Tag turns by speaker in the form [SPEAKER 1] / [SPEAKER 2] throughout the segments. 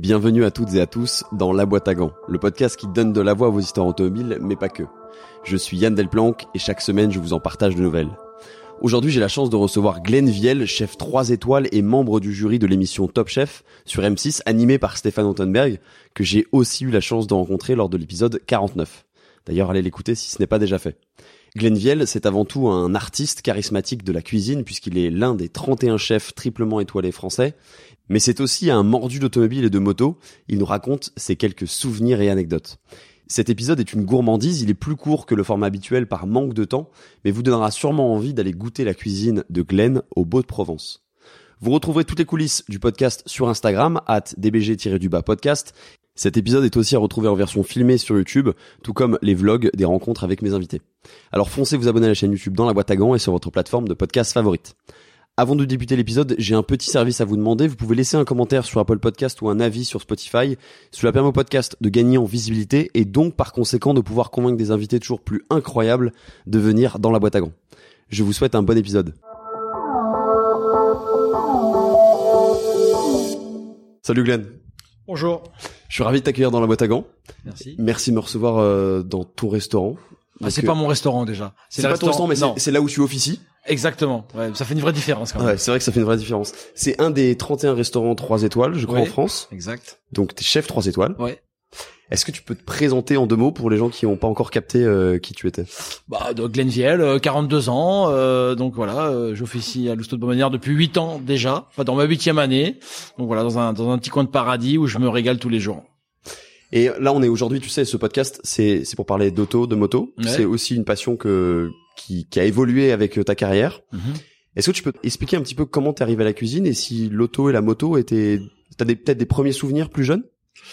[SPEAKER 1] Bienvenue à toutes et à tous dans La Boîte à Gants, le podcast qui donne de la voix à vos histoires automobiles, mais pas que. Je suis Yann Delplanque et chaque semaine je vous en partage de nouvelles. Aujourd'hui j'ai la chance de recevoir Glenn Viel, chef 3 étoiles et membre du jury de l'émission Top Chef sur M6 animée par Stéphane Ottenberg, que j'ai aussi eu la chance de rencontrer lors de l'épisode 49. D'ailleurs allez l'écouter si ce n'est pas déjà fait. Glenn Viel, c'est avant tout un artiste charismatique de la cuisine puisqu'il est l'un des 31 chefs triplement étoilés français mais c'est aussi un mordu d'automobile et de moto. Il nous raconte ses quelques souvenirs et anecdotes. Cet épisode est une gourmandise, il est plus court que le format habituel par manque de temps, mais vous donnera sûrement envie d'aller goûter la cuisine de Glenn au Beau de Provence. Vous retrouverez toutes les coulisses du podcast sur Instagram, at dbg-du-bas podcast. Cet épisode est aussi à retrouver en version filmée sur YouTube, tout comme les vlogs des rencontres avec mes invités. Alors foncez vous abonner à la chaîne YouTube dans la boîte à gants et sur votre plateforme de podcast favorite. Avant de débuter l'épisode, j'ai un petit service à vous demander. Vous pouvez laisser un commentaire sur Apple Podcast ou un avis sur Spotify. Cela permet au podcast de gagner en visibilité et donc par conséquent de pouvoir convaincre des invités toujours plus incroyables de venir dans la boîte à gants. Je vous souhaite un bon épisode. Salut Glenn,
[SPEAKER 2] Bonjour.
[SPEAKER 1] je suis ravi de t'accueillir dans la boîte à gants.
[SPEAKER 2] Merci.
[SPEAKER 1] Merci de me recevoir euh, dans ton restaurant. Parce
[SPEAKER 2] Ah, c'est
[SPEAKER 1] que-
[SPEAKER 2] pas mon restaurant déjà.
[SPEAKER 1] c'est
[SPEAKER 2] le
[SPEAKER 1] pas ton restaurant, mais c'est-
[SPEAKER 2] non.
[SPEAKER 1] c'est là où tu officies.
[SPEAKER 2] Exactement. Ouais, ça fait une vraie différence quand même.
[SPEAKER 1] Ouais, c'est vrai que ça fait une vraie différence. C'est un des 31 restaurants 3 étoiles, je crois,
[SPEAKER 2] Oui.
[SPEAKER 1] en France.
[SPEAKER 2] Exact.
[SPEAKER 1] Donc t'es chef 3 étoiles.
[SPEAKER 2] Ouais.
[SPEAKER 1] Est-ce que tu peux te présenter en deux mots pour les gens qui n'ont pas encore capté euh, qui tu étais
[SPEAKER 2] Bah, donc Glenviel, euh, 42 ans. euh, donc voilà, euh, j'officie à Lousteau de Bonnière depuis 8 ans déjà. Enfin, dans ma huitième année. Donc voilà, dans un dans un petit coin de paradis où je me régale tous les jours.
[SPEAKER 1] Et là, on est aujourd'hui, tu sais, ce podcast, c'est c'est pour parler d'auto, de moto.
[SPEAKER 2] Ouais.
[SPEAKER 1] C'est aussi une passion que qui, qui a évolué avec euh, ta carrière. Est-ce que tu peux expliquer un petit peu comment t'es arrivé à la cuisine et si l'auto et la moto étaient... T'as des- peut-être des premiers souvenirs plus jeunes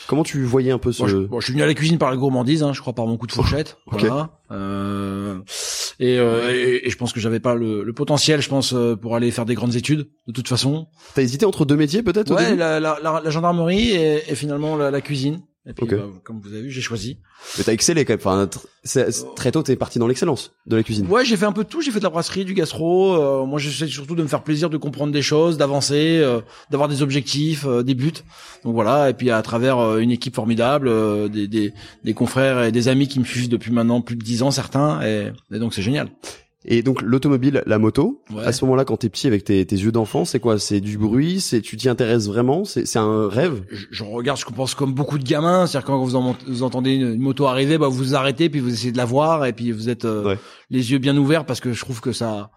[SPEAKER 1] Comment tu voyais un peu ce... Oh,
[SPEAKER 2] Moi, je, bon, je suis venu à la cuisine par la gourmandise, hein, je crois par mon coup de fourchette.
[SPEAKER 1] Ok.
[SPEAKER 2] Voilà. Euh, et, euh, et, et je pense que j'avais pas le, le potentiel, je pense, euh, pour aller faire des grandes études. De toute façon,
[SPEAKER 1] T'as hésité entre deux métiers peut-être au
[SPEAKER 2] Ouais,
[SPEAKER 1] début
[SPEAKER 2] la, la, la, la gendarmerie et, et finalement la, la cuisine. Et puis,
[SPEAKER 1] Ok.
[SPEAKER 2] bah, comme vous avez vu, j'ai choisi.
[SPEAKER 1] Mais t'as excellé quand même. Enfin, tr- c'est- c'est- très tôt, t'es parti dans l'excellence de la cuisine.
[SPEAKER 2] Ouais, j'ai fait un peu de tout. J'ai fait de la brasserie, du gastro. euh, moi, j'essaie surtout de me faire plaisir, de comprendre des choses, d'avancer, euh, d'avoir des objectifs, euh, des buts. Donc voilà. Et puis à travers euh, une équipe formidable, euh, des, des, des confrères et des amis qui me suivent depuis maintenant plus de dix ans certains. Et, et donc c'est génial.
[SPEAKER 1] Et donc l'automobile, la moto,
[SPEAKER 2] Ouais.
[SPEAKER 1] à ce moment-là, quand t'es petit avec tes, tes yeux d'enfant, c'est quoi C'est du bruit C'est tu t'y intéresses vraiment C'est c'est un rêve
[SPEAKER 2] je, je regarde, je pense comme beaucoup de gamins, c'est-à-dire quand vous, en mont- vous entendez une, une moto arriver, bah vous vous arrêtez, puis vous essayez de la voir, et puis vous êtes euh,
[SPEAKER 1] Ouais.
[SPEAKER 2] les yeux bien ouverts parce que je trouve que ça,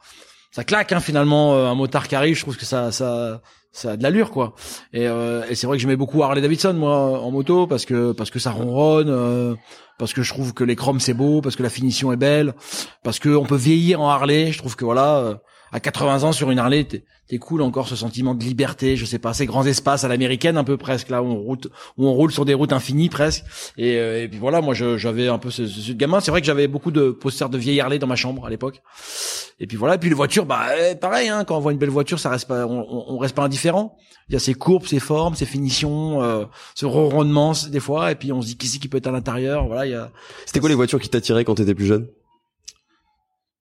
[SPEAKER 2] ça claque hein, finalement euh, un motard qui arrive, je trouve que ça, ça, ça a de l'allure quoi. Et, euh, et c'est vrai que j'aimais beaucoup Harley Davidson moi en moto parce que parce que ça ronronne, euh, parce que je trouve que les chromes c'est beau, parce que la finition est belle, parce que on peut vieillir en Harley, je trouve que voilà. euh, à 80 ans sur une Harley, t'es- t'es cool encore ce sentiment de liberté, je sais pas, ces grands espaces à l'américaine un peu presque là où on route, où on roule sur des routes infinies presque. Et, euh, et puis voilà, moi je- j'avais un peu ce, ce- ce gamin. C'est vrai que j'avais beaucoup de posters de vieilles Harley dans ma chambre à l'époque. Et puis voilà, et puis les voitures, bah eh, pareil, hein, quand on voit une belle voiture, ça reste pas, on, on- on reste pas indifférent. Il y a ses courbes, ses formes, ses finitions, euh, ce ronronnement c'est- des fois. Et puis on se dit qui c'est qui peut être à l'intérieur. Voilà, il y a
[SPEAKER 1] C'était quoi les voitures qui t'attiraient quand t'étais plus jeune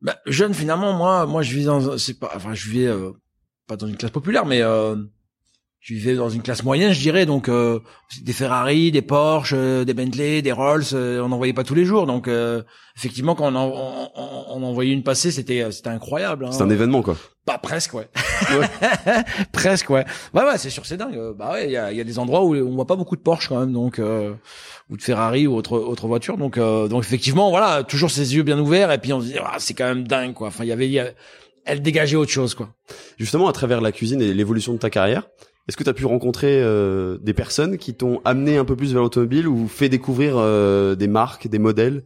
[SPEAKER 2] bah, jeune finalement moi moi je vivais dans un- c'est pas enfin je vivais euh, pas dans une classe populaire mais euh, je vivais dans une classe moyenne je dirais donc euh, c'est des Ferrari des Porsche euh, des Bentley des Rolls euh, on n'en voyait pas tous les jours donc euh, effectivement quand on en, on, on- on en voyait une passer c'était euh, c'était incroyable hein.
[SPEAKER 1] C'est un événement quoi.
[SPEAKER 2] Bah presque ouais.
[SPEAKER 1] Ouais.
[SPEAKER 2] presque ouais. Ouais ouais, c'est sûr c'est dingue. Euh, Bah ouais, il y a, il y a des endroits où on voit pas beaucoup de Porsche quand même donc euh, ou de Ferrari ou autre autre voiture donc euh, donc effectivement voilà, toujours ses yeux bien ouverts et puis on se dit ah, c'est quand même dingue quoi. Enfin il y avait il y a- elle dégageait autre chose quoi.
[SPEAKER 1] Justement, à travers la cuisine et l'évolution de ta carrière, est-ce que t'as pu rencontrer euh, des personnes qui t'ont amené un peu plus vers l'automobile ou fait découvrir euh, des marques, des modèles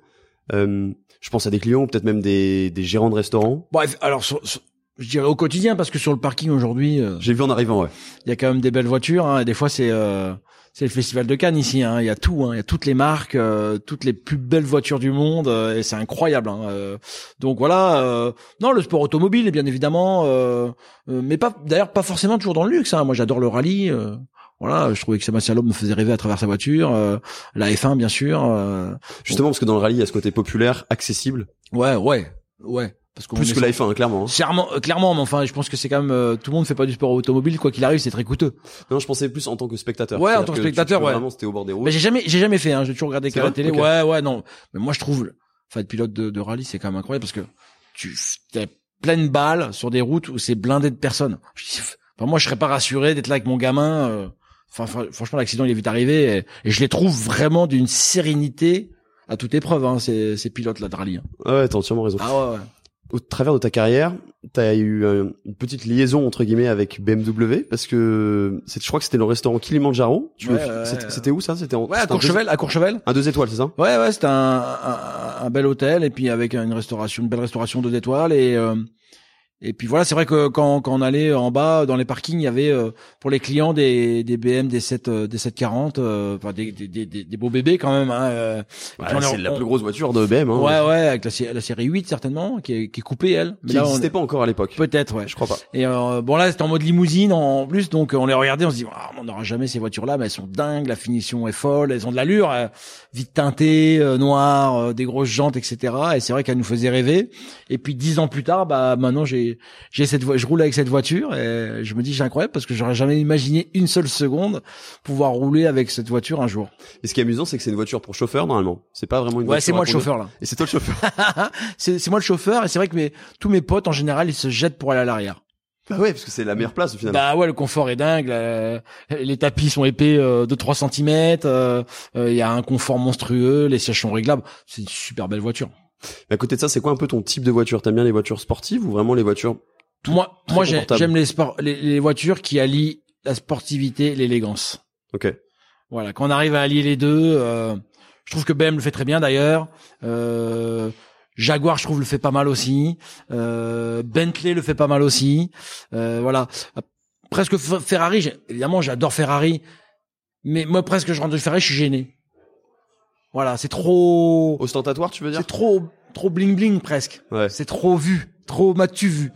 [SPEAKER 1] Euh, Je pense à des clients ou peut-être même des, des gérants de restaurants.
[SPEAKER 2] Bref, alors sur- sur- je dirais au quotidien parce que sur le parking aujourd'hui euh,
[SPEAKER 1] J'ai vu en arrivant, ouais.
[SPEAKER 2] il y a quand même des belles voitures. Hein, et des fois, c'est euh, c'est le festival de Cannes ici. hein, Il y a tout. hein, Il y a toutes les marques, euh, toutes les plus belles voitures du monde. euh, et c'est incroyable. hein, euh. donc voilà. euh, non, le sport automobile, bien évidemment, euh, euh, mais pas d'ailleurs pas forcément toujours dans le luxe. hein. Moi, j'adore le rallye. euh, voilà, je trouvais que Sébastien Loeb me faisait rêver à travers sa voiture. euh, la F1, bien sûr. euh,
[SPEAKER 1] Justement, parce que dans le rallye, il y a ce côté populaire, accessible.
[SPEAKER 2] Ouais, ouais, ouais. Parce qu'on
[SPEAKER 1] Plus
[SPEAKER 2] est-
[SPEAKER 1] que la F1, hein, clairement. hein.
[SPEAKER 2] Clairement, euh, clairement, mais enfin, je pense que c'est quand même euh, tout le monde fait pas du sport automobile, quoi qu'il arrive, c'est très coûteux.
[SPEAKER 1] hein. Non, je pensais plus en tant que spectateur.
[SPEAKER 2] Ouais, en
[SPEAKER 1] C'est-à-dire
[SPEAKER 2] tant que
[SPEAKER 1] tu- tu
[SPEAKER 2] spectateur,
[SPEAKER 1] peux
[SPEAKER 2] ouais.
[SPEAKER 1] Vraiment, c'était au bord des routes.
[SPEAKER 2] Mais Bah, j'ai jamais, j'ai jamais fait. Hein, j'ai toujours regardé
[SPEAKER 1] C'est
[SPEAKER 2] qu'à la
[SPEAKER 1] vrai
[SPEAKER 2] télé.
[SPEAKER 1] Ok.
[SPEAKER 2] Ouais, ouais, non. Mais moi, je trouve le fait de pilote de, de rallye, c'est quand même incroyable parce que tu t'es pleine balle sur des routes où c'est blindé de personnes. Je dis, Enfin, moi, je serais pas rassuré d'être là avec mon gamin. euh, Enfin, fr- franchement, l'accident il est vite arrivé et, et je les trouve vraiment d'une sérénité à toute épreuve. Hein, ces, ces pilotes là de rallye. hein.
[SPEAKER 1] Ah ouais, t'as entièrement raison.
[SPEAKER 2] Ah ouais. ouais.
[SPEAKER 1] Au travers de ta carrière, t'as eu euh, une petite liaison entre guillemets avec BMW parce que c'est- je crois que c'était le restaurant Kilimanjaro. Tu
[SPEAKER 2] Ouais,
[SPEAKER 1] le-
[SPEAKER 2] ouais,
[SPEAKER 1] c'était-
[SPEAKER 2] ouais.
[SPEAKER 1] C'était où ça C'était en-
[SPEAKER 2] Ouais, à
[SPEAKER 1] c'était un deux-
[SPEAKER 2] Courchevel, à Courchevel.
[SPEAKER 1] Un deux étoiles, c'est ça
[SPEAKER 2] Ouais, ouais, c'était un, un, un bel hôtel et puis avec une restauration, une belle restauration deux étoiles et euh, et puis voilà, c'est vrai que quand, quand on allait en bas dans les parkings, il y avait euh, pour les clients des, des BM, des 7, euh, des 740, euh, enfin des, des, des, des- des beaux bébés quand même. Hein, euh.
[SPEAKER 1] Ouais,
[SPEAKER 2] Puis on est-
[SPEAKER 1] C'est la
[SPEAKER 2] on-
[SPEAKER 1] plus grosse voiture de BM. Hein,
[SPEAKER 2] ouais, ouais, avec la, sé- la série 8 certainement, qui est, qui est coupée elle. Mais
[SPEAKER 1] Qui
[SPEAKER 2] là, on-
[SPEAKER 1] n'existait pas encore à l'époque.
[SPEAKER 2] Peut-être, ouais.
[SPEAKER 1] Je crois pas.
[SPEAKER 2] Et euh, bon là, c'était en mode limousine en en plus, donc euh, on les regardait, on se dit, Ah, on n'aura jamais ces voitures-là, mais elles sont dingues, la finition est folle, elles ont de l'allure, euh, vite teintées, euh, noires, euh, des grosses jantes, etc. Et c'est vrai qu'elles nous faisaient rêver. Et puis dix ans plus tard, bah maintenant j'ai j'ai cette voie, je roule avec cette voiture et je me dis c'est incroyable parce que j'aurais jamais imaginé une seule seconde pouvoir rouler avec cette voiture un jour.
[SPEAKER 1] Et ce qui est amusant, c'est que c'est une voiture pour chauffeur normalement. C'est pas vraiment une voiture.
[SPEAKER 2] Ouais, c'est
[SPEAKER 1] à
[SPEAKER 2] moi le
[SPEAKER 1] conduire.
[SPEAKER 2] chauffeur là.
[SPEAKER 1] Et c'est toi le chauffeur.
[SPEAKER 2] c'est c'est moi le chauffeur et c'est vrai que mes tous mes potes en général ils se jettent pour aller à l'arrière.
[SPEAKER 1] bah ouais, parce que c'est la meilleure place finalement.
[SPEAKER 2] Bah ouais, le confort est dingue. euh, les tapis sont épais euh, de 3 cm. euh, Il y a un confort monstrueux. Les sièges sont réglables. C'est une super belle voiture.
[SPEAKER 1] Mais à côté de ça, c'est quoi un peu ton type de voiture T'aimes bien les voitures sportives ou vraiment les voitures
[SPEAKER 2] moi,
[SPEAKER 1] très
[SPEAKER 2] moi j'ai-
[SPEAKER 1] confortable.
[SPEAKER 2] j'aime les, sports, les, les voitures qui allient la sportivité et l'élégance.
[SPEAKER 1] Ok.
[SPEAKER 2] Voilà, quand on arrive à allier les deux, euh, je trouve que BM le fait très bien d'ailleurs. Euh, Jaguar, je trouve, le fait pas mal aussi. Euh, Bentley le fait pas mal aussi. Euh, voilà, presque F- Ferrari. j'ai- Évidemment, j'adore Ferrari, mais moi, presque, je rentre de Ferrari, je suis gêné. Voilà, c'est trop,
[SPEAKER 1] Ostentatoire, tu veux dire
[SPEAKER 2] c'est trop, trop bling bling presque.
[SPEAKER 1] Ouais.
[SPEAKER 2] C'est trop vu, trop m'as-tu vu.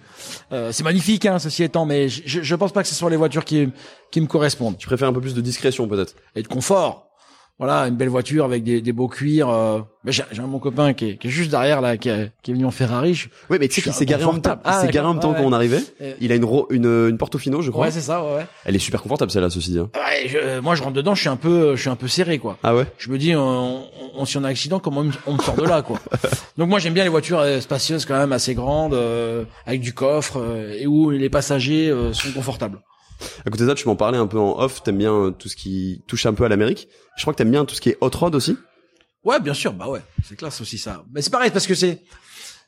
[SPEAKER 2] Euh, c'est magnifique, hein, ceci étant, mais je, je- je pense pas que ce soit les voitures qui, qui me correspondent
[SPEAKER 1] Tu préfères un peu plus de discrétion peut-être
[SPEAKER 2] et de confort. Voilà, une belle voiture avec des, des beaux cuirs. euh. Mais J'ai j'ai mon copain qui est, qui est juste derrière là, qui est, qui est venu en Ferrari. Je-
[SPEAKER 1] Oui, mais tu sais
[SPEAKER 2] Je
[SPEAKER 1] qu'il
[SPEAKER 2] suis
[SPEAKER 1] s'est garé en même temps.
[SPEAKER 2] inconfortable.
[SPEAKER 1] Il
[SPEAKER 2] Ah,
[SPEAKER 1] s'est garé en même temps
[SPEAKER 2] ouais,
[SPEAKER 1] quand on arrivait.
[SPEAKER 2] ouais.
[SPEAKER 1] Il a une, ro- une, euh, une Portofino, je crois.
[SPEAKER 2] Ouais, c'est ça. Ouais. ouais.
[SPEAKER 1] Elle est super confortable celle-là, ceci dit. hein.
[SPEAKER 2] Ouais, je- euh, moi, je rentre dedans, je suis un peu, je suis un peu serré quoi.
[SPEAKER 1] Ah ouais
[SPEAKER 2] Je me dis, on, on, on- si on a un accident, comment on me- on me sort de là quoi. Donc moi, j'aime bien les voitures euh, spacieuses quand même, assez grandes, euh, avec du coffre euh, et où les passagers euh, sont confortables.
[SPEAKER 1] À côté de ça, tu m'en parlais un peu en off. T'aimes bien euh, tout ce qui touche un peu à l'Amérique. Je crois que t'aimes bien tout ce qui est hot rod aussi.
[SPEAKER 2] Ouais, bien sûr, bah ouais, c'est classe aussi ça. Mais c'est pareil parce que c'est,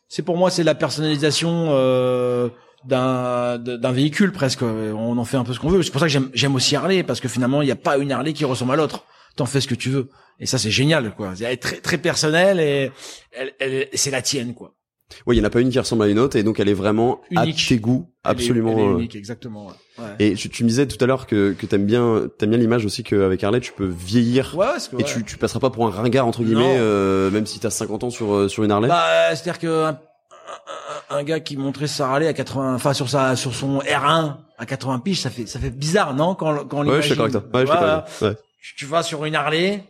[SPEAKER 2] c'est pour moi c'est la personnalisation euh, d'un de- d'un véhicule presque. On en fait un peu ce qu'on veut. C'est pour ça que j'aime j'aime aussi Harley parce que finalement il n'y a pas une Harley qui ressemble à l'autre. T'en fais ce que tu veux. Et ça c'est génial quoi. Elle est très très personnelle et elle, elle- c'est la tienne quoi.
[SPEAKER 1] Ouais, il y en a pas une qui ressemble à une autre et donc elle est vraiment
[SPEAKER 2] Unique.
[SPEAKER 1] à tes goûts,
[SPEAKER 2] Elle est-
[SPEAKER 1] absolument.
[SPEAKER 2] elle est
[SPEAKER 1] euh,
[SPEAKER 2] unique exactement. Ouais. Ouais.
[SPEAKER 1] Et tu, tu me disais tout à l'heure que, que t'aimes bien, t'aimes bien l'image aussi qu'avec Harley, tu peux vieillir
[SPEAKER 2] Ouais, parce que,
[SPEAKER 1] et
[SPEAKER 2] ouais.
[SPEAKER 1] tu, tu passeras pas pour un ringard entre guillemets,
[SPEAKER 2] Non.
[SPEAKER 1] euh, même si t'as 50 ans sur euh, sur une Harley.
[SPEAKER 2] Bah, euh, c'est-à-dire que un, un- un gars qui montrait sa Harley à 80, enfin sur sa sur son R1 à 80 piges, ça fait ça fait bizarre, non Quand quand on
[SPEAKER 1] ouais, je suis
[SPEAKER 2] l'imagine.
[SPEAKER 1] d'accord avec toi. Ouais, je suis
[SPEAKER 2] Tu vois,
[SPEAKER 1] d'accord avec toi. Ouais.
[SPEAKER 2] tu- Tu vas sur une Harley,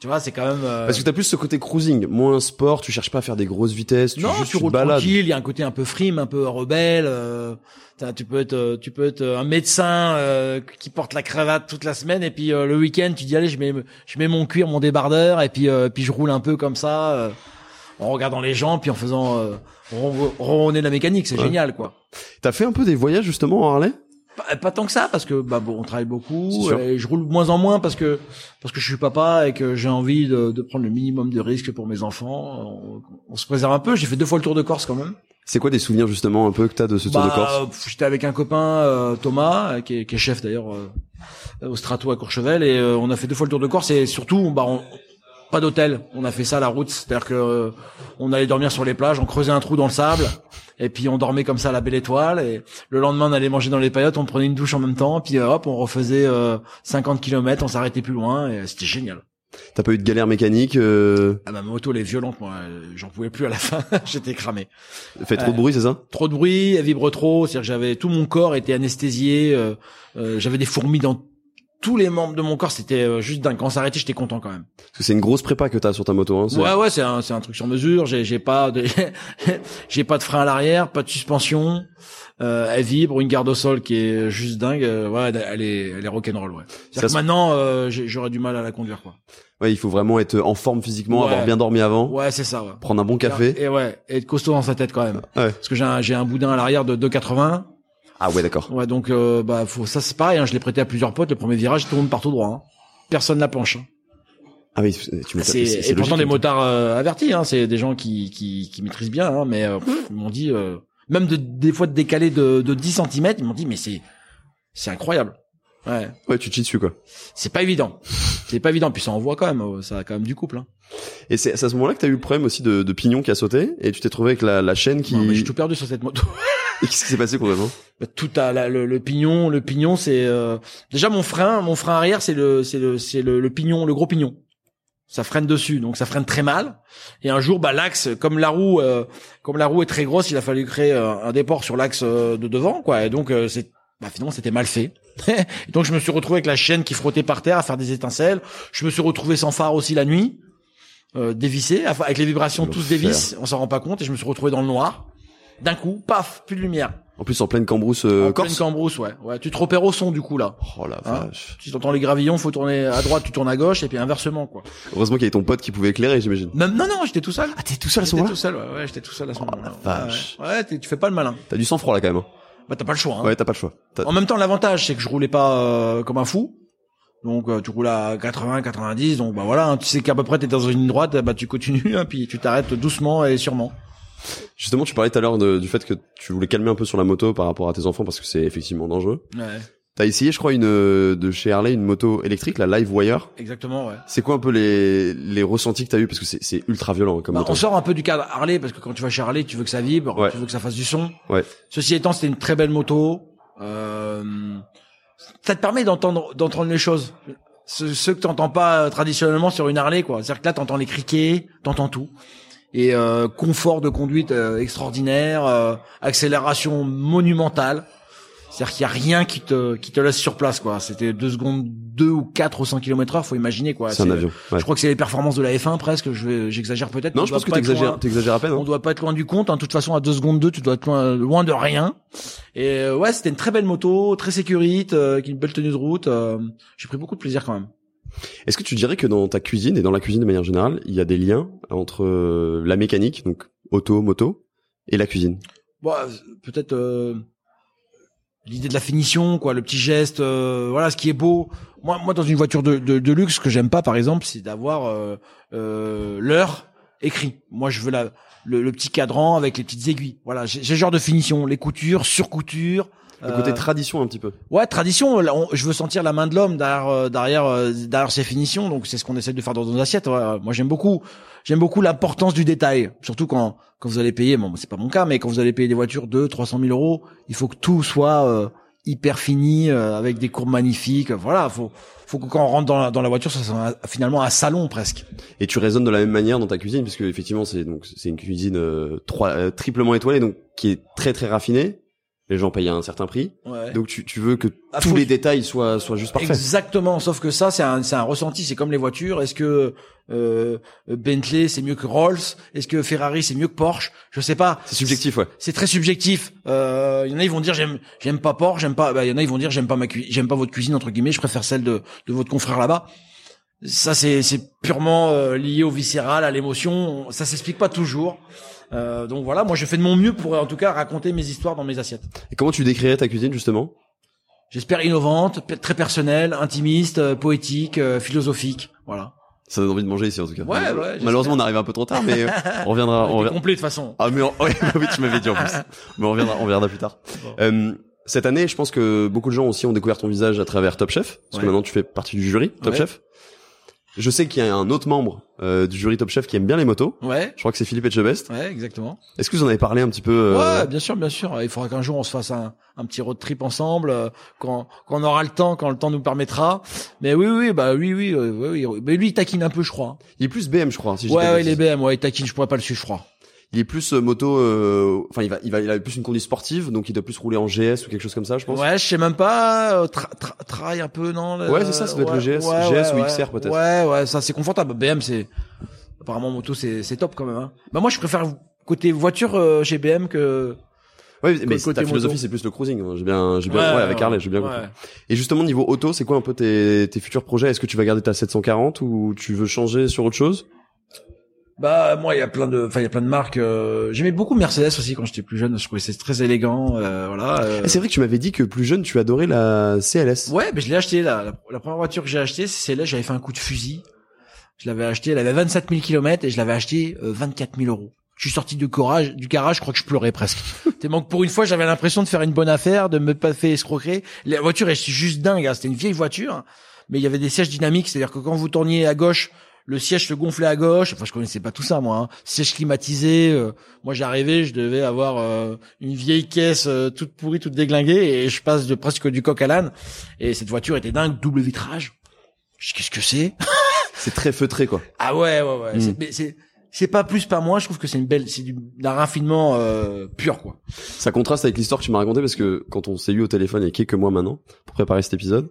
[SPEAKER 2] tu vois, c'est quand même. euh,
[SPEAKER 1] Parce que t'as plus ce côté cruising, moins sport, tu cherches pas à faire des grosses vitesses, tu
[SPEAKER 2] non,
[SPEAKER 1] juste
[SPEAKER 2] tu
[SPEAKER 1] tu te
[SPEAKER 2] roules
[SPEAKER 1] balades.
[SPEAKER 2] tranquille. Il y a un côté un peu frime, un peu rebelle. euh, t'as- tu peux être, euh, tu peux être euh, un médecin euh, qui porte la cravate toute la semaine et puis euh, le week-end tu dis allez, je mets, je mets mon cuir, mon débardeur et puis, euh, puis je roule un peu comme ça, euh, en regardant les gens puis en faisant euh, ron- ronronner la mécanique. C'est
[SPEAKER 1] Ouais.
[SPEAKER 2] génial, quoi.
[SPEAKER 1] T'as fait un peu des voyages justement en Harley
[SPEAKER 2] Pas, pas tant que ça parce que bah bon, on travaille
[SPEAKER 1] C'est
[SPEAKER 2] beaucoup
[SPEAKER 1] sûr.
[SPEAKER 2] et je roule de moins en moins parce que parce que je suis papa et que j'ai envie de, de prendre le minimum de risques pour mes enfants. On, on se préserve un peu. J'ai fait deux fois le tour de Corse quand même.
[SPEAKER 1] C'est quoi des souvenirs justement un peu que t'as de ce tour de
[SPEAKER 2] Bah,
[SPEAKER 1] Corse
[SPEAKER 2] euh, pff, J'étais avec un copain euh, Thomas euh, qui est, qui est chef d'ailleurs euh, au Strato à Courchevel et euh, on a fait deux fois le tour de Corse et surtout bah on, pas d'hôtel. On a fait ça à la route, c'est-à-dire que euh, on allait dormir sur les plages, on creusait un trou dans le sable et puis on dormait comme ça à la belle étoile et le lendemain on allait manger dans les paillotes, on prenait une douche en même temps, puis euh, hop, on refaisait euh, 50 km, on s'arrêtait plus loin et euh, c'était génial.
[SPEAKER 1] T'as pas eu de galère mécanique euh...
[SPEAKER 2] Ah bah ma moto elle est violente moi, euh, j'en pouvais plus à la fin, j'étais cramé.
[SPEAKER 1] Fait trop de bruit, c'est ça
[SPEAKER 2] trop de bruit, elle vibre trop, c'est-à-dire que j'avais tout mon corps était anesthésié, euh, euh, j'avais des fourmis dans tous les membres de mon corps, c'était euh, juste dingue. Quand ça arrêtait, j'étais content quand même.
[SPEAKER 1] Parce que c'est une grosse prépa que t'as sur ta moto. Hein, c'est-
[SPEAKER 2] Ouais, ouais, c'est un, c'est un truc sur mesure. J'ai, j'ai pas de, j'ai pas de frein à l'arrière, pas de suspension. Euh, elle vibre, une garde au sol qui est juste dingue. Euh, ouais, elle est, elle est rock'n'roll, ouais.
[SPEAKER 1] Ça
[SPEAKER 2] C'est-à-dire
[SPEAKER 1] se-
[SPEAKER 2] que maintenant, euh, j'ai- j'aurais du mal à la conduire, quoi.
[SPEAKER 1] Ouais, il faut vraiment être en forme physiquement,
[SPEAKER 2] Ouais.
[SPEAKER 1] avoir bien dormi avant,
[SPEAKER 2] Ouais, c'est ça, ouais.
[SPEAKER 1] prendre un bon café.
[SPEAKER 2] Et ouais, et être costaud dans sa tête quand même.
[SPEAKER 1] Ouais.
[SPEAKER 2] Parce que j'ai un, j'ai un boudin à l'arrière de 2,80.
[SPEAKER 1] Ah ouais, d'accord.
[SPEAKER 2] Ouais, donc, euh, bah, faut, ça c'est pareil, hein, je l'ai prêté à plusieurs potes. Le premier virage, tout le monde part tout droit, hein. Personne la penche. hein.
[SPEAKER 1] Ah oui, tu me
[SPEAKER 2] C'est, et pourtant des motards euh, avertis, hein, c'est des gens qui, qui, qui maîtrisent bien, hein, mais euh, pff, ils m'ont dit, euh, même de, des fois de décaler de, de 10 cm, ils m'ont dit, mais c'est, c'est incroyable. Ouais,
[SPEAKER 1] Ouais, tu te chies dessus quoi.
[SPEAKER 2] c'est pas évident. C'est pas évident, puis ça envoie quand même, euh, ça a quand même du couple. Hein.
[SPEAKER 1] Et c'est c'est à ce moment-là que t'as eu le problème aussi de, de pignon qui a sauté et tu t'es trouvé avec la, la chaîne qui.
[SPEAKER 2] Non, mais j'ai tout perdu sur cette moto.
[SPEAKER 1] Et Qu'est-ce qui s'est passé complètement
[SPEAKER 2] Bah, tout à la- le, le pignon, le pignon, c'est euh, déjà mon frein, mon frein arrière, c'est le, c'est le, c'est le, le pignon, le gros pignon. Ça freine dessus, donc ça freine très mal. Et un jour, bah l'axe, comme la roue, euh, comme la roue est très grosse, il a fallu créer euh, un déport sur l'axe euh, de devant, quoi. Et donc euh, c'est, bah, finalement, c'était mal fait. Et donc je me suis retrouvé avec la chaîne qui frottait par terre à faire des étincelles. Je me suis retrouvé sans phare aussi la nuit, euh, dévissé, enfin, avec les vibrations tous
[SPEAKER 1] L'enfer.
[SPEAKER 2] dévissent, on s'en rend pas compte. Et je me suis retrouvé dans le noir. D'un coup, paf, plus de lumière.
[SPEAKER 1] En plus en pleine cambrousse euh,
[SPEAKER 2] En
[SPEAKER 1] corse.
[SPEAKER 2] pleine Cambrousse, ouais. ouais. Tu te repères au son du coup là.
[SPEAKER 1] Oh la
[SPEAKER 2] Hein
[SPEAKER 1] vache.
[SPEAKER 2] Si t'entends les gravillons, faut tourner à droite, tu tournes à gauche et puis inversement quoi.
[SPEAKER 1] Heureusement qu'il y avait ton pote qui pouvait éclairer, j'imagine.
[SPEAKER 2] Même non non, j'étais tout seul.
[SPEAKER 1] Ah t'es tout seul à ce
[SPEAKER 2] J'étais
[SPEAKER 1] moment-là
[SPEAKER 2] tout seul, ouais, ouais, j'étais tout seul à ce moment-là.
[SPEAKER 1] la
[SPEAKER 2] Ouais,
[SPEAKER 1] vache.
[SPEAKER 2] Ouais, Ouais, t'es- tu fais pas le malin.
[SPEAKER 1] T'as du sang froid là quand même. hein.
[SPEAKER 2] Bah t'as pas le choix. hein.
[SPEAKER 1] Ouais, t'as pas le choix. T'as-
[SPEAKER 2] En même temps, l'avantage c'est que je roulais pas euh, comme un fou. Donc euh, tu roules à 80, 90, donc bah voilà, hein, tu sais qu'à peu près t'es dans une droite, bah tu continues, hein, puis tu t'arrêtes doucement et sûrement.
[SPEAKER 1] Justement, tu parlais tout à l'heure de- du fait que tu voulais calmer un peu sur la moto par rapport à tes enfants parce que c'est effectivement dangereux.
[SPEAKER 2] Ouais,
[SPEAKER 1] T'as essayé, je crois, une euh, de chez Harley, une moto électrique, la Livewire.
[SPEAKER 2] exactement, ouais.
[SPEAKER 1] C'est quoi un peu les, les ressentis que t'as eu parce que c'est- c'est ultra violent hein, comme
[SPEAKER 2] Bah,
[SPEAKER 1] moto.
[SPEAKER 2] on sort un peu du cadre Harley parce que quand tu vas chez Harley, tu veux que ça vibre,
[SPEAKER 1] Ouais.
[SPEAKER 2] tu veux que ça fasse du son.
[SPEAKER 1] Ouais.
[SPEAKER 2] Ceci étant, c'était une très belle moto. Euh, ça te permet d'entendre d'entendre les choses. Ce, ce que t'entends pas euh, traditionnellement sur une Harley, quoi. C'est-à-dire que là, t'entends les criquets, t'entends tout. Et euh, confort de conduite euh, extraordinaire, euh, accélération monumentale. C'est-à-dire qu'il y a rien qui te qui te laisse sur place, quoi. C'était deux secondes deux ou quatre au 100 km heure, faut imaginer, quoi.
[SPEAKER 1] c'est un avion. ouais.
[SPEAKER 2] Je crois que c'est les performances de la F1 presque. Je vais- j'exagère peut-être.
[SPEAKER 1] Non,
[SPEAKER 2] mais
[SPEAKER 1] je
[SPEAKER 2] on
[SPEAKER 1] pense
[SPEAKER 2] doit
[SPEAKER 1] que
[SPEAKER 2] pas être
[SPEAKER 1] t'exagères,
[SPEAKER 2] loin-
[SPEAKER 1] t'exagères à peine.
[SPEAKER 2] On
[SPEAKER 1] hein.
[SPEAKER 2] doit pas être loin du compte. hein. De toute façon, à 2 secondes 2, tu dois être loin, loin de rien. Et euh, ouais, c'était une très belle moto, très sécurite, euh, qui a une belle tenue de route. euh, J'ai pris beaucoup de plaisir quand même.
[SPEAKER 1] Est-ce que tu dirais que dans ta cuisine et dans la cuisine de manière générale, il y a des liens entre euh, la mécanique, donc auto, moto, et la cuisine
[SPEAKER 2] Bon, euh, peut-être euh, l'idée de la finition, quoi, le petit geste, euh, voilà, ce qui est beau. Moi, moi, dans une voiture de, de, de luxe, ce que j'aime pas, par exemple, c'est d'avoir euh, euh, l'heure écrit. Moi, je veux la, le, le petit cadran avec les petites aiguilles. Voilà, j'ai j'ai ce genre de finition, les coutures, surcoutures.
[SPEAKER 1] Le côté
[SPEAKER 2] euh,
[SPEAKER 1] tradition un petit peu.
[SPEAKER 2] Ouais, tradition. là, on- je veux sentir la main de l'homme derrière, euh, derrière, euh, derrière ses finitions. Donc c'est ce qu'on essaie de faire dans nos assiettes. ouais. Euh, Moi j'aime beaucoup, j'aime beaucoup l'importance du détail. Surtout quand quand vous allez payer, bon c'est pas mon cas, mais quand vous allez payer des voitures de 300 000 euros, il faut que tout soit euh, hyper fini euh, avec des courbes magnifiques. Voilà, faut faut que quand on rentre dans la, dans la voiture, ça soit un- finalement un salon presque.
[SPEAKER 1] Et tu raisonnes de la même manière dans ta cuisine, puisque effectivement c'est donc c'est une cuisine euh, trois- euh, triplement étoilée, donc qui est très très raffinée. Les gens payent un certain prix,
[SPEAKER 2] Ouais.
[SPEAKER 1] donc tu, tu veux que
[SPEAKER 2] Ah,
[SPEAKER 1] tous
[SPEAKER 2] faut-
[SPEAKER 1] les détails soient soient juste parfaits.
[SPEAKER 2] Exactement, sauf que ça, c'est un, c'est un ressenti, c'est comme les voitures. Est-ce que euh, Bentley, c'est mieux que Rolls Est-ce que Ferrari, c'est mieux que Porsche Je sais pas.
[SPEAKER 1] C'est subjectif, ouais.
[SPEAKER 2] C'est très subjectif. Euh, Il y en a, ils vont dire j'aime, j'aime pas Porsche, j'aime pas. bah, Il y en a, ils vont dire j'aime pas ma cui- j'aime pas votre cuisine entre guillemets. Je préfère celle de, de votre confrère là-bas. Ça, c'est, c'est purement euh, lié au viscéral, à l'émotion. Ça s'explique pas toujours. Euh, donc voilà, moi, je fais de mon mieux pour en tout cas raconter mes histoires dans mes assiettes.
[SPEAKER 1] Et comment tu décrirais ta cuisine justement
[SPEAKER 2] J'espère innovante, pe- très personnelle, intimiste, euh, poétique, euh, philosophique. Voilà.
[SPEAKER 1] Ça donne envie de manger ici en tout cas.
[SPEAKER 2] Ouais, ouais, j'espère.
[SPEAKER 1] Malheureusement, on arrive un peu trop tard, mais euh, on reviendra. On
[SPEAKER 2] C'était
[SPEAKER 1] reviendra.
[SPEAKER 2] complet de toute façon.
[SPEAKER 1] Ah mais on- ouais, bah oui, tu m'avais dit en plus. Mais on reviendra, on reviendra plus tard.
[SPEAKER 2] Bon.
[SPEAKER 1] Euh, cette année, je pense que beaucoup de gens aussi ont découvert ton visage à travers Top Chef, parce que
[SPEAKER 2] Ouais.
[SPEAKER 1] maintenant tu fais partie du jury Top
[SPEAKER 2] Ouais.
[SPEAKER 1] Chef. Je sais qu'il y a un autre membre euh, du jury Top Chef qui aime bien les motos.
[SPEAKER 2] Ouais.
[SPEAKER 1] Je crois que c'est Philippe Etchebest.
[SPEAKER 2] Ouais, exactement.
[SPEAKER 1] Est-ce que vous en avez parlé un petit peu euh,
[SPEAKER 2] Ouais, bien sûr, bien sûr. Il faudra qu'un jour on se fasse un, un petit road trip ensemble, euh, quand, quand on aura le temps, quand le temps nous permettra. Mais oui, oui, bah oui, oui, euh, oui, oui. Mais lui, il taquine un peu, je crois.
[SPEAKER 1] Il est plus BM, je crois. Si je dis
[SPEAKER 2] Ouais,
[SPEAKER 1] pas de
[SPEAKER 2] ouais, les
[SPEAKER 1] bêtises.
[SPEAKER 2] BM, ouais, il taquine. Je pourrais pas le suivre, je crois.
[SPEAKER 1] Il est plus euh, moto, euh, enfin il va, il va, il a plus une conduite sportive, donc il doit plus rouler en GS ou quelque chose comme ça, je pense.
[SPEAKER 2] Ouais, je sais même pas. euh, Tra, tra, trail un peu, non le-
[SPEAKER 1] Ouais, c'est ça, ça doit être le GS, GS ou XR, peut-être.
[SPEAKER 2] Ouais, ouais, ça c'est confortable. BM, c'est apparemment moto, c'est c'est top quand même. Hein. Bah moi, je préfère côté voiture euh, chez BM que.
[SPEAKER 1] Ouais, mais
[SPEAKER 2] Côté
[SPEAKER 1] ta philosophie
[SPEAKER 2] moto.
[SPEAKER 1] c'est plus le cruising. hein. J'ai bien, j'ai bien, ouais, avec Harley, j'ai bien compris.
[SPEAKER 2] ouais.
[SPEAKER 1] Et justement niveau auto, c'est quoi un peu tes, tes futurs projets Est-ce que tu vas garder ta 740 ou tu veux changer sur autre chose
[SPEAKER 2] Bah moi, il y a plein de, enfin il y a plein de marques. euh, J'aimais beaucoup Mercedes aussi quand j'étais plus jeune. Je trouvais c'est très élégant, euh, voilà. euh.
[SPEAKER 1] Et C'est vrai que tu m'avais dit que plus jeune tu adorais la CLS.
[SPEAKER 2] Ouais, mais je l'ai acheté la, la, la première voiture que j'ai achetée, c'est là j'avais fait un coup de fusil. Je l'avais acheté, elle avait 27 000 km et je l'avais acheté euh, 24 000 euros. Je suis sorti du garage, du garage, je crois que je pleurais presque. T'es manque pour une fois, j'avais l'impression de faire une bonne affaire, de me pas faire escroquer. La voiture, elle c'est juste dingue, hein. c'était une vieille voiture, mais il y avait des sièges dynamiques, c'est-à-dire que quand vous tourniez à gauche, le siège se gonflait à gauche. Enfin, je connaissais pas tout ça, moi. hein. Siège climatisé. euh, moi, j'arrivais, je devais avoir euh, une vieille caisse euh, toute pourrie, toute déglinguée, et je passe de presque du coq à l'âne. Et cette voiture était dingue, double vitrage. Je dis, Qu'est-ce que c'est
[SPEAKER 1] C'est très feutré quoi.
[SPEAKER 2] Ah ouais, ouais, ouais.
[SPEAKER 1] Mm.
[SPEAKER 2] C'est- mais C'est, c'est pas plus, pas moins. Je trouve que c'est une belle, c'est du, d'un raffinement euh, pur, quoi.
[SPEAKER 1] Ça contraste avec l'histoire que tu m'as racontée parce que quand on s'est eu au téléphone il y a quelques mois maintenant pour préparer cet épisode,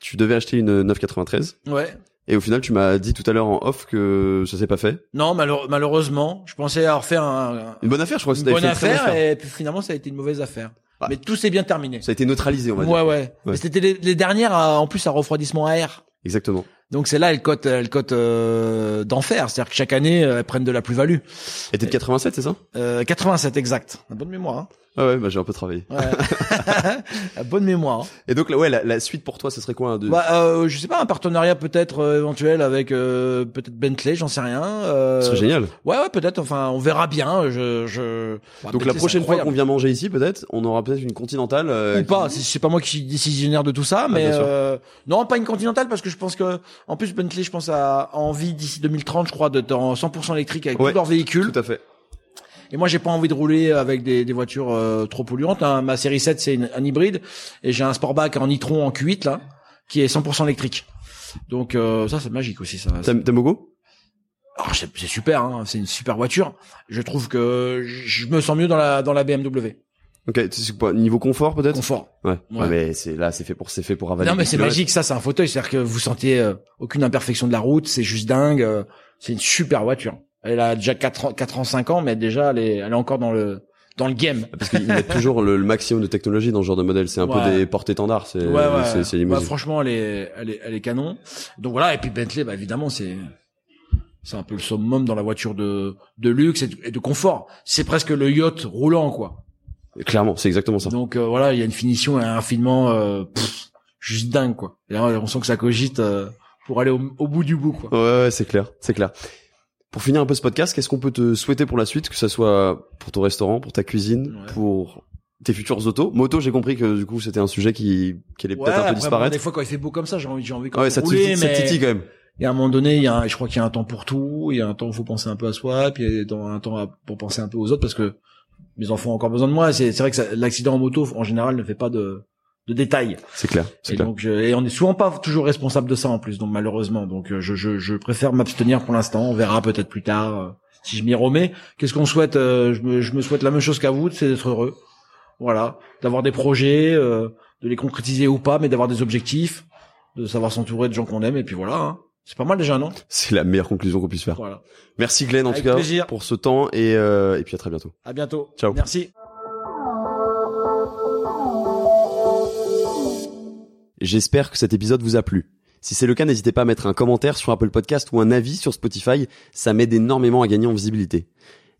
[SPEAKER 1] tu devais acheter une 993
[SPEAKER 2] Ouais.
[SPEAKER 1] et au final tu m'as dit tout à l'heure en off que ça s'est pas fait.
[SPEAKER 2] Non, malheure- malheureusement, je pensais avoir fait un, un-
[SPEAKER 1] Une bonne affaire je crois que
[SPEAKER 2] une
[SPEAKER 1] t'avais
[SPEAKER 2] bonne
[SPEAKER 1] fait une très bonne
[SPEAKER 2] affaire, et puis finalement, ça a été une mauvaise affaire.
[SPEAKER 1] Ouais.
[SPEAKER 2] Mais tout s'est bien terminé.
[SPEAKER 1] Ça a été neutralisé on va
[SPEAKER 2] Ouais,
[SPEAKER 1] dire.
[SPEAKER 2] ouais, Mais
[SPEAKER 1] Ouais.
[SPEAKER 2] C'était les, les dernières, à- en plus, à refroidissement à air.
[SPEAKER 1] Exactement.
[SPEAKER 2] Donc c'est là elle cote, elle cote euh, d'enfer, c'est-à-dire que chaque année euh, elles prennent de la plus-value.
[SPEAKER 1] Et t'es de 87 c'est ça
[SPEAKER 2] Euh, 87 exact, la bonne mémoire. Hein.
[SPEAKER 1] Ah ouais bah j'ai un peu travaillé.
[SPEAKER 2] Ouais. La bonne mémoire. hein.
[SPEAKER 1] Et donc là, ouais, la, la suite pour toi, ce serait quoi hein, de...
[SPEAKER 2] Bah, euh, je sais pas un partenariat peut-être euh, éventuel avec euh, peut-être Bentley, j'en sais rien. euh,
[SPEAKER 1] Ce serait génial.
[SPEAKER 2] ouais ouais peut-être. Enfin on verra bien. Je je. Bah,
[SPEAKER 1] donc
[SPEAKER 2] Bentley,
[SPEAKER 1] la
[SPEAKER 2] c'est
[SPEAKER 1] prochaine fois
[SPEAKER 2] incroyable.
[SPEAKER 1] qu'on vient manger ici, peut-être, on aura peut-être une continentale. euh,
[SPEAKER 2] ou pas, c'est- c'est pas moi qui suis décisionnaire de tout ça, mais
[SPEAKER 1] Ah, bien sûr.
[SPEAKER 2] euh, non, pas une continentale parce que je pense que en plus Bentley, je pense à a envie d'ici 2030, je crois, d'être en 100% électrique avec
[SPEAKER 1] Ouais.
[SPEAKER 2] tous leurs véhicules.
[SPEAKER 1] Tout à fait.
[SPEAKER 2] Et moi, j'ai pas envie de rouler avec des, des voitures euh, trop polluantes. hein. Ma série 7, c'est une- un hybride, et j'ai un Sportback en nitron en Q8 là, qui est 100% électrique. Donc euh, ça, c'est magique aussi. Ça,
[SPEAKER 1] T'aimes t'aimes beaucoup
[SPEAKER 2] Ah, c'est c'est super. hein. C'est une super voiture. Je trouve que je me sens mieux dans la dans la BMW.
[SPEAKER 1] Ok, c'est quoi Niveau confort, peut-être
[SPEAKER 2] Confort.
[SPEAKER 1] ouais.
[SPEAKER 2] Ouais.
[SPEAKER 1] Ouais, Mais c'est là, c'est fait pour, c'est fait pour avaler.
[SPEAKER 2] non, mais
[SPEAKER 1] des
[SPEAKER 2] c'est
[SPEAKER 1] kilomètres.
[SPEAKER 2] magique. Ça, c'est un fauteuil. C'est-à-dire que vous sentez euh, aucune imperfection de la route. C'est juste dingue. euh, c'est une super voiture. Elle a déjà 4 ans, 4 ans, 5 ans, mais déjà, elle est, elle est encore dans le dans le game.
[SPEAKER 1] Parce qu'ils mettent toujours le, le maximum de technologie dans ce genre de modèle. C'est un peu
[SPEAKER 2] Ouais.
[SPEAKER 1] des portes étendards. C'est
[SPEAKER 2] Ouais, ouais.
[SPEAKER 1] c'est- c'est
[SPEAKER 2] Ouais,
[SPEAKER 1] limousine.
[SPEAKER 2] franchement, elle est, elle est, elle est canon. Donc voilà. Et puis Bentley, bah, évidemment, c'est, c'est un peu le summum dans la voiture de, de luxe et de, et de confort. C'est presque le yacht roulant, quoi.
[SPEAKER 1] Clairement, c'est exactement ça.
[SPEAKER 2] Donc euh, voilà, il y a une finition et un raffinement, euh, pff, juste dingue, quoi. Et là, on sent que ça cogite euh, pour aller au, au bout du bout, quoi.
[SPEAKER 1] Ouais, ouais, c'est clair, c'est clair. Pour finir un peu ce podcast, qu'est-ce qu'on peut te souhaiter pour la suite, que ça soit pour ton restaurant, pour ta cuisine,
[SPEAKER 2] Ouais.
[SPEAKER 1] pour tes futures autos Moto, j'ai compris que du coup c'était un sujet qui, qui allait
[SPEAKER 2] Ouais,
[SPEAKER 1] peut-être un
[SPEAKER 2] après,
[SPEAKER 1] peu
[SPEAKER 2] bon,
[SPEAKER 1] disparaître.
[SPEAKER 2] des fois, quand il fait beau comme ça, j'ai envie, j'ai envie quand
[SPEAKER 1] Ouais,
[SPEAKER 2] même
[SPEAKER 1] ça
[SPEAKER 2] de
[SPEAKER 1] te,
[SPEAKER 2] rouler,
[SPEAKER 1] ça te
[SPEAKER 2] mais-
[SPEAKER 1] titille quand même.
[SPEAKER 2] Et à un moment donné, il y a un- je crois qu'il y a un temps pour tout, il y a un temps où faut penser un peu à soi, puis il y a dans- un temps à- pour penser un peu aux autres parce que mes enfants ont encore besoin de moi. C'est c'est vrai que ça- l'accident en moto, en général, ne fait pas de, de détails.
[SPEAKER 1] C'est clair, c'est
[SPEAKER 2] Et
[SPEAKER 1] clair.
[SPEAKER 2] donc, je- et on est souvent pas toujours responsable de ça en plus, donc malheureusement. Donc, euh, je, je, je préfère m'abstenir pour l'instant. On verra peut-être plus tard euh, si je m'y remets. Qu'est-ce qu'on souhaite euh, je, me, je me souhaite la même chose qu'à vous, c'est d'être heureux. Voilà, d'avoir des projets, euh, de les concrétiser ou pas, mais d'avoir des objectifs, de savoir s'entourer de gens qu'on aime. Et puis voilà, hein. c'est pas mal déjà, non
[SPEAKER 1] C'est la meilleure conclusion qu'on puisse faire.
[SPEAKER 2] Voilà.
[SPEAKER 1] Merci Glenn en
[SPEAKER 2] Avec
[SPEAKER 1] tout cas
[SPEAKER 2] plaisir.
[SPEAKER 1] pour ce temps et, euh, et puis à très bientôt.
[SPEAKER 2] À bientôt.
[SPEAKER 1] Ciao.
[SPEAKER 2] Merci.
[SPEAKER 1] J'espère que cet épisode vous a plu. Si c'est le cas, n'hésitez pas à mettre un commentaire sur Apple Podcast ou un avis sur Spotify, ça m'aide énormément à gagner en visibilité.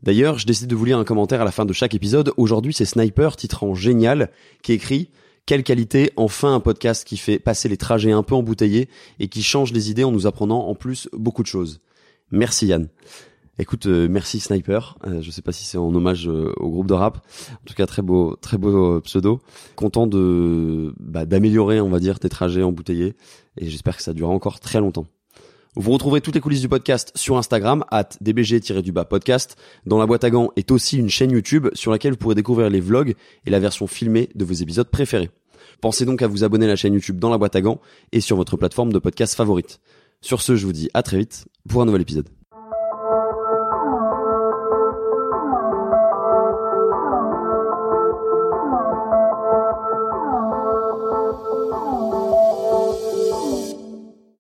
[SPEAKER 1] D'ailleurs, je décide de vous lire un commentaire à la fin de chaque épisode. Aujourd'hui, c'est Sniper, titrant Génial, qui écrit « Quelle qualité, enfin un podcast qui fait passer les trajets un peu embouteillés et qui change les idées en nous apprenant en plus beaucoup de choses. » Merci Yann. Écoute, euh, merci Sniper. Euh, je sais pas si c'est en hommage euh, au groupe de rap. En tout cas, très beau, très beau euh, pseudo content de bah, d'améliorer, on va dire, tes trajets embouteillés. Et j'espère que ça durera encore très longtemps. Vous retrouverez toutes les coulisses du podcast sur Instagram, at dbg-du-bas podcast. Dans la boîte à gants est aussi une chaîne YouTube sur laquelle vous pourrez découvrir les vlogs et la version filmée de vos épisodes préférés. Pensez donc à vous abonner à la chaîne YouTube dans la boîte à gants et sur votre plateforme de podcast favorite. Sur ce, je vous dis à très vite pour un nouvel épisode.